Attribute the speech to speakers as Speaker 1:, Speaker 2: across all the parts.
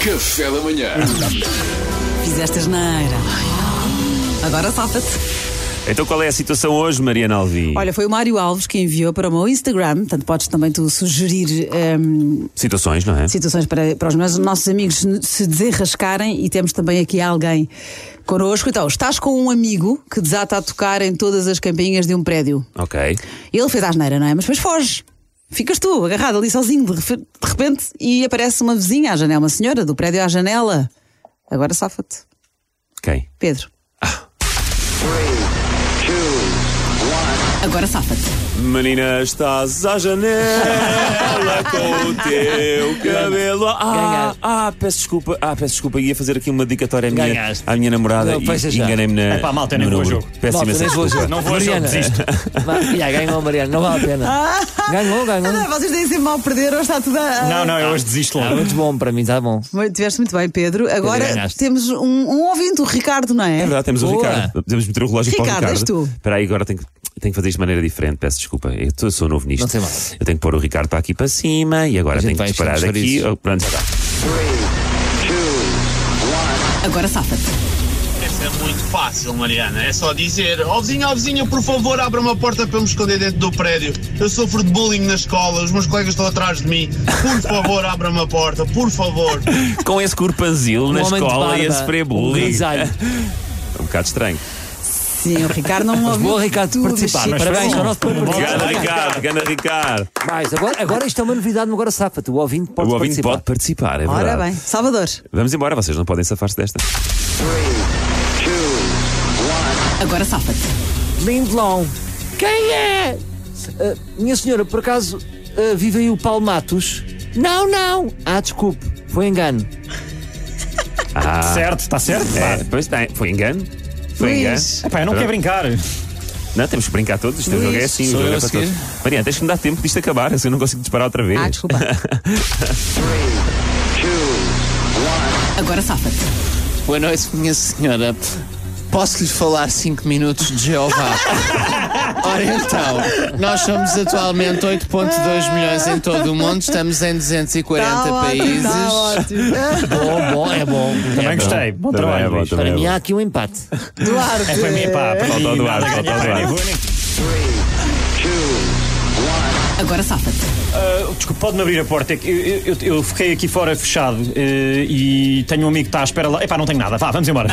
Speaker 1: Café da manhã.
Speaker 2: Fizeste asneira. Agora safa-te.
Speaker 3: Então qual é a situação hoje, Mariana Alvi?
Speaker 2: Olha, foi o Mário Alves que enviou para o meu Instagram, portanto podes também tu sugerir hum,
Speaker 3: Situações, não é?
Speaker 2: situações para, para os meus- nossos amigos se desenrascarem e temos também aqui alguém connosco. Então, estás com um amigo que desata a tocar em todas as campainhas de um prédio.
Speaker 3: Ok.
Speaker 2: Ele fez a asneira, não é? Mas depois foge. Ficas tu, agarrado ali sozinho, de, refe- de repente, e aparece uma vizinha à janela, uma senhora do prédio à janela. Agora safa-te.
Speaker 3: Quem?
Speaker 2: Pedro. Agora safa-te.
Speaker 3: Menina, estás à janela com o teu cabelo. Ah,
Speaker 4: Ganhaste.
Speaker 3: ah, peço desculpa. Ah, peço desculpa. Ia fazer aqui uma dedicatória à minha,
Speaker 4: Ganhaste.
Speaker 3: à minha namorada.
Speaker 4: Não, fecha
Speaker 3: e
Speaker 4: já.
Speaker 3: enganei-me na.
Speaker 5: Epá, malta, nem
Speaker 3: no
Speaker 5: vou ao
Speaker 3: número.
Speaker 5: jogo.
Speaker 3: Peço
Speaker 4: Malta,
Speaker 3: imensa
Speaker 4: nem vou ao
Speaker 3: desculpa.
Speaker 4: jogo.
Speaker 5: Não vou achar,
Speaker 4: É assim Mariana.
Speaker 5: desisto.
Speaker 4: Ma- Ya, ganhou, Mariana, não vale a pena. Ganhou, ganhou.
Speaker 2: vocês têm sempre mal perder, hoje está tudo a...
Speaker 5: Não, não, eu hoje desisto
Speaker 4: Está
Speaker 5: logo.
Speaker 4: muito bom para mim, está bom.
Speaker 2: Muito- Tiveste muito bem, Pedro. Agora
Speaker 5: ganhaste.
Speaker 2: temos um, um ouvinte, o Ricardo, não é?
Speaker 3: É verdade, temos o
Speaker 4: Boa.
Speaker 3: Ricardo. Podemos meter o relógio
Speaker 2: Ricardo,
Speaker 3: para o
Speaker 2: és
Speaker 3: Ricardo.
Speaker 2: tu.
Speaker 3: Espera aí, agora tenho que, tenho que fazer isto de maneira diferente. Peço desculpa. Eu, tô- sou novo nisto.
Speaker 4: Não tem mal.
Speaker 3: Eu tenho que pôr o Ricardo para aqui para cima e agora
Speaker 4: A gente
Speaker 3: tenho que
Speaker 4: vai
Speaker 3: disparar
Speaker 4: encher os
Speaker 3: aqui.
Speaker 4: chouriços.
Speaker 3: Oh, pronto, já está.
Speaker 2: Agora safa-te.
Speaker 6: Essa é muito fácil, Mariana. É só dizer: Ó vizinho, ó vizinho, por favor, abra uma porta para eu me esconder dentro do prédio. Eu sofro de bullying na escola, os meus colegas estão atrás de mim. Por favor, abra uma porta, por favor.
Speaker 3: Com esse
Speaker 5: Um
Speaker 3: corpanzil na
Speaker 4: homem de
Speaker 3: escola e
Speaker 4: barba,
Speaker 3: esse
Speaker 4: um
Speaker 3: pré-bullying.
Speaker 4: grisalho.
Speaker 3: um bocado estranho.
Speaker 2: Sim, o Ricardo não
Speaker 4: Mas
Speaker 2: ouviu
Speaker 4: boa, Ricardo, de
Speaker 2: tudo,
Speaker 4: participar.
Speaker 2: Chico.
Speaker 4: Parabéns
Speaker 2: Sim.
Speaker 4: ao nosso primeiro
Speaker 3: Gana
Speaker 4: participante.
Speaker 3: Ricardo, gana Ricardo.
Speaker 4: Mais, agora, agora isto é uma novidade no Agora Safate. O ouvinte pode
Speaker 3: o ouvinte
Speaker 4: participar.
Speaker 3: pode participar, é
Speaker 2: Ora
Speaker 3: verdade.
Speaker 2: bem, Salvador.
Speaker 3: Vamos embora, vocês não podem safar-se desta.
Speaker 2: Agora safa-te.
Speaker 4: Lindelon. Quem é? Ah, minha senhora, por acaso ah, vive aí o Paulo Matos? Não, não. Ah, desculpe, foi engano.
Speaker 5: Certo, está certo?
Speaker 3: É, pois tem, foi engano. Foi
Speaker 4: é?
Speaker 3: engano.
Speaker 2: Luís. Ah,
Speaker 5: Epá, eu não quero brincar.
Speaker 3: Não, temos que brincar todos. Isto é um jogo é assim, o jogo é para todos. Mariana, tens que me dar tempo disto acabar, assim eu não consigo disparar outra vez.
Speaker 2: Ah, desculpa. Agora safa-te.
Speaker 7: Boa noite, minha senhora. Posso lhe falar cinco minutos de Jeová? Ora então, nós somos atualmente 8.2 milhões em todo o mundo, estamos em 240
Speaker 2: Tá
Speaker 7: países.
Speaker 4: Bom, bom, é bom.
Speaker 5: Também gostei. Bom
Speaker 3: Também é
Speaker 5: trabalho,
Speaker 3: bom,
Speaker 5: Luís.
Speaker 3: também
Speaker 4: Para
Speaker 3: é
Speaker 4: mim
Speaker 3: bom.
Speaker 4: há aqui um empate.
Speaker 2: Duarte.
Speaker 5: É para mim, pá. Para
Speaker 3: Falta o
Speaker 5: mim,
Speaker 3: Eduardo,
Speaker 5: nada a
Speaker 3: falta o Eduardo.
Speaker 5: ganhar. Eu vou nem-
Speaker 2: Agora safa-te.
Speaker 5: Ah, Desculpe, pode-me abrir a porta. É que Eu, eu- eu- eu fiquei aqui fora fechado eh, e tenho um amigo que está à espera lá. Epá, não tenho nada. Vá, vamos embora.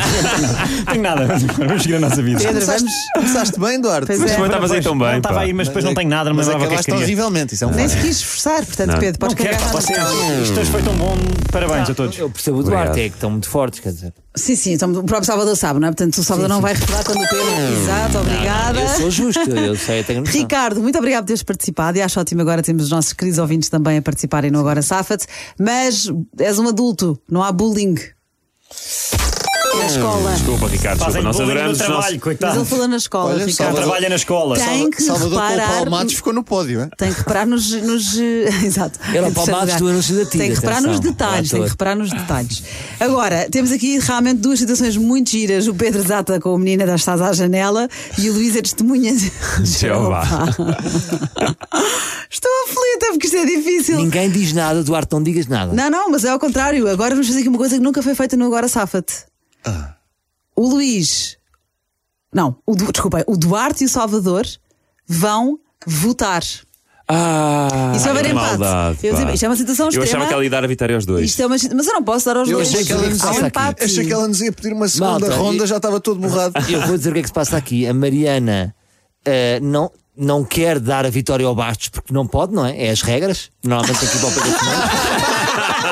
Speaker 5: Não tenho nada. Vamos embora. Vamos seguir a nossa vida.
Speaker 2: Pedro, vamos.
Speaker 7: Começaste bem, Duarte?
Speaker 2: Pois é.
Speaker 3: Mas estavas aí
Speaker 5: Pois,
Speaker 3: tão
Speaker 5: Não
Speaker 3: bem.
Speaker 5: estava
Speaker 3: pá.
Speaker 5: aí, mas depois não tenho nada. Não me
Speaker 7: Mas
Speaker 5: lembrava o que é que
Speaker 7: acabaste
Speaker 5: queria.
Speaker 7: horrivelmente, isso é um
Speaker 2: Nem
Speaker 7: facto.
Speaker 2: se quis esforçar, portanto,
Speaker 3: Não.
Speaker 2: Pedro,
Speaker 5: Não
Speaker 2: podes
Speaker 5: quero,
Speaker 2: cagar.
Speaker 5: pá,
Speaker 2: na
Speaker 5: vocês.
Speaker 2: sala.
Speaker 5: Isto hoje foi tão bom. Parabéns a todos.
Speaker 4: Eu percebo o
Speaker 3: Obrigado.
Speaker 4: Duarte, é que estão muito fortes, quer dizer.
Speaker 2: Sim, sim, então, o próprio Salvador sabe, não é? Portanto, o Salvador não vai revelar quando o Pedro. Exato, obrigada.
Speaker 4: Eu sou justo, eu sei, eu tenho noção.
Speaker 2: Ricardo, muito obrigado por teres participado e acho ótimo agora temos os nossos queridos ouvintes também a participarem no Agora Safa-te, mas és um adulto, não há bullying na escola.
Speaker 3: Desculpa, Ricardo, desculpa.
Speaker 5: Fazem
Speaker 3: Nós
Speaker 5: bullying
Speaker 3: adoramos
Speaker 5: no
Speaker 3: os nossos.
Speaker 5: trabalho,
Speaker 2: Mas ele
Speaker 5: coitado.
Speaker 2: falou na escola,
Speaker 7: Tá. Olha,
Speaker 2: Ricardo.
Speaker 7: Salvador-
Speaker 5: Trabalha na escola.
Speaker 2: Tem que
Speaker 7: Salvador com o
Speaker 2: reparar.
Speaker 7: Paulo Matos ficou no pódio, é?
Speaker 2: Tem que reparar nos. nos eh, exato.
Speaker 4: Era o
Speaker 2: em terceiro
Speaker 4: Palmares
Speaker 2: lugar.
Speaker 4: do anúncio da Tigre,
Speaker 2: Tem que reparar nos
Speaker 4: atenção,
Speaker 2: detalhes,
Speaker 4: lá
Speaker 2: tem que
Speaker 4: todo.
Speaker 2: reparar nos detalhes. Agora, temos aqui realmente duas situações muito giras: o Pedro Zata com a menina das Estás à Janela e o Luís a testemunha de
Speaker 3: Jeová.
Speaker 2: Estou aflita porque isto é difícil.
Speaker 4: Ninguém diz nada, Duarte, não digas nada.
Speaker 2: Não, não, mas é ao contrário. Agora vamos fazer aqui uma coisa que nunca foi feita no Agora Safa-te.
Speaker 7: Ah.
Speaker 2: O Luís. Não, o, Du- desculpem, o Duarte e o Salvador vão votar.
Speaker 3: Ah,
Speaker 2: Isso é haver
Speaker 3: que
Speaker 2: empate.
Speaker 3: maldade,
Speaker 2: Eu dizia-
Speaker 3: pá.
Speaker 2: isto é uma situação
Speaker 3: Eu achava
Speaker 2: extrema.
Speaker 3: que ela ia dar a vitória aos dois.
Speaker 2: Isto é uma. Mas eu não posso dar aos
Speaker 7: Eu
Speaker 2: dois.
Speaker 7: achei que ela
Speaker 2: Há
Speaker 7: nos-
Speaker 2: um
Speaker 7: achei que-
Speaker 2: empate.
Speaker 7: Achei que ela nos ia pedir uma segunda
Speaker 4: Malta,
Speaker 7: ronda,
Speaker 4: e-
Speaker 7: já estava todo borrado.
Speaker 4: Eu vou dizer o que é que se passa aqui. A Mariana eh, não, não quer dar a vitória ao Bastos porque não pode, não é? É as regras. Normalmente tem que ir para o Pedro Fernandes.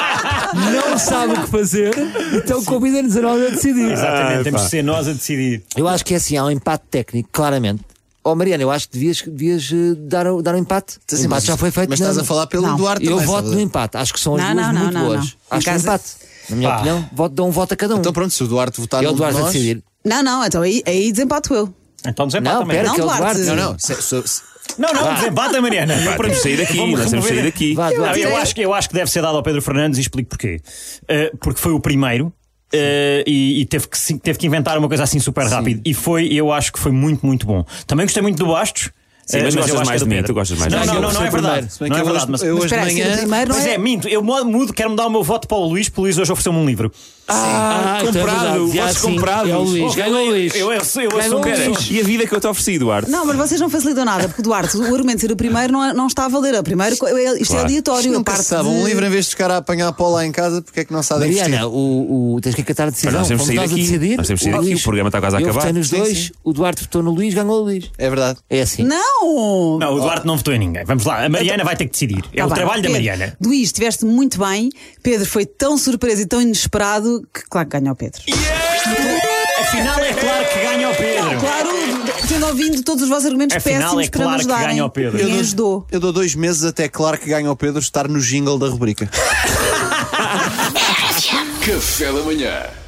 Speaker 4: Não sabe o que fazer, então convida-nos a nós a decidir.
Speaker 5: Exatamente,
Speaker 3: Ah,
Speaker 5: temos
Speaker 3: pá.
Speaker 5: de ser nós a decidir.
Speaker 4: Eu acho que é assim, há um empate técnico, claramente. Oh Mariana, eu acho que devias, devias eh, dar, o- dar um empate. O
Speaker 7: Sim,
Speaker 4: empate
Speaker 7: mas-
Speaker 4: já foi feito.
Speaker 7: Mas estás
Speaker 4: não. é?
Speaker 7: a falar pelo
Speaker 2: Não.
Speaker 7: Duarte
Speaker 4: Eu
Speaker 7: também,
Speaker 4: voto no
Speaker 7: Salvador.
Speaker 4: empate. Acho que são as
Speaker 2: Não,
Speaker 4: duas
Speaker 2: não, não,
Speaker 4: muito
Speaker 2: não,
Speaker 4: boas.
Speaker 2: não. Em
Speaker 4: Acho que é um
Speaker 2: casa-
Speaker 4: empate. Na minha
Speaker 5: Pá.
Speaker 4: opinião, voto, dou um voto a cada um.
Speaker 7: Então pronto, se o Duarte votar
Speaker 4: é o
Speaker 7: num de
Speaker 4: Duarte a
Speaker 7: nós...
Speaker 4: decidir.
Speaker 2: Não, não, então aí, aí desempate eu.
Speaker 5: Então
Speaker 3: Ah,
Speaker 5: desempata
Speaker 4: Não,
Speaker 5: também.
Speaker 4: pera,
Speaker 2: Não,
Speaker 4: que é o
Speaker 2: Duarte.
Speaker 4: Duarte.
Speaker 7: Não, não, se- se- se-
Speaker 5: Não, não, desempata, Mariana.
Speaker 3: Pá,
Speaker 5: Eu para
Speaker 3: temos de sair
Speaker 5: mim,
Speaker 3: daqui,
Speaker 5: vou-me
Speaker 3: nós temos de sair
Speaker 5: remover.
Speaker 3: daqui.
Speaker 4: Vá,
Speaker 5: Não,
Speaker 4: Duarte.
Speaker 5: eu, acho, que- eu acho que deve ser dado ao Pedro Fernandes e explico porquê. Uh, porque foi o primeiro. uh, e e teve, que, se- teve que inventar uma coisa assim super rápido. E foi, eu acho que foi muito, muito bom. Também gostei muito do Bastos.
Speaker 3: Sim,
Speaker 5: Eh,
Speaker 3: mas
Speaker 5: eu
Speaker 3: gostas
Speaker 5: acho
Speaker 3: mais
Speaker 5: que
Speaker 3: de
Speaker 5: é
Speaker 3: mim,
Speaker 5: pedra.
Speaker 3: tu gostas mais
Speaker 5: Não,
Speaker 3: de
Speaker 5: não,
Speaker 3: mim.
Speaker 5: não, não é verdade.
Speaker 7: Se bem
Speaker 5: Não
Speaker 7: que
Speaker 5: é
Speaker 7: eu hoje-
Speaker 5: verdade, mas.
Speaker 7: eu hoje de
Speaker 2: Espera aí,
Speaker 7: manhã.
Speaker 2: ser primeiro não
Speaker 5: Pois é,
Speaker 2: é?
Speaker 5: minto, eu mo- mudo, quero mudar o meu voto para o Luís, porque o Luís hoje ofereceu-me um livro.
Speaker 3: Ah,
Speaker 7: então é
Speaker 3: comprado,
Speaker 7: verdade. Já
Speaker 3: votos
Speaker 7: sim,
Speaker 3: comprados.
Speaker 7: É o Luís,
Speaker 5: Oh,
Speaker 7: ganhou o Luís.
Speaker 5: Eu, eu, eu, eu
Speaker 7: Ganhou
Speaker 5: sou
Speaker 7: o
Speaker 3: Espera,
Speaker 7: Luís.
Speaker 3: e a vida que eu te ofereci, Eduardo?
Speaker 2: Não, mas vocês não facilitam nada, porque Duarte, o argumento de ser o primeiro não, é- não está a valer. A primeiro, co- é- isto
Speaker 3: Claro.
Speaker 2: é aleatório. a
Speaker 7: Nunca
Speaker 2: parte
Speaker 7: se sabe, um
Speaker 2: de-
Speaker 7: livro em vez de ficar a apanhar pó lá em casa, porque é que não sabe investir?
Speaker 4: Mariana, o, o- tens que acatar a decisão.
Speaker 3: Mas nós temos
Speaker 4: Fomos
Speaker 3: de sair
Speaker 4: nós a
Speaker 3: daqui.
Speaker 4: decidir.
Speaker 3: Nós temos de sair daqui,
Speaker 4: Luís-
Speaker 3: o programa está quase a
Speaker 4: Eu votei
Speaker 3: acabar.
Speaker 4: nos
Speaker 7: Sim,
Speaker 4: dois,
Speaker 7: sim.
Speaker 4: o Duarte votou no Luís, ganhou o Luís.
Speaker 7: É verdade.
Speaker 4: É assim.
Speaker 2: Não!
Speaker 5: Não, o Duarte não votou em ninguém. Vamos lá, a Mariana vai ter que decidir. É
Speaker 2: Tá
Speaker 5: o
Speaker 2: bem.
Speaker 5: trabalho da
Speaker 2: Pedro,
Speaker 5: Mariana.
Speaker 2: Luís, estiveste muito bem. Pedro foi tão surpreso e tão inesperado que, claro, que ganha o Pedro.
Speaker 5: Afinal, é claro que ganha o Pedro.
Speaker 2: Claro, tendo ouvido todos os vossos argumentos
Speaker 5: Afinal,
Speaker 2: péssimos
Speaker 5: é
Speaker 2: para me
Speaker 5: claro que
Speaker 2: ajudarem.
Speaker 5: ganha o Pedro.
Speaker 2: Ninguém ajudou.
Speaker 7: Eu dou dois meses até claro que ganha o Pedro estar no jingle da rubrica.
Speaker 1: Café da manhã.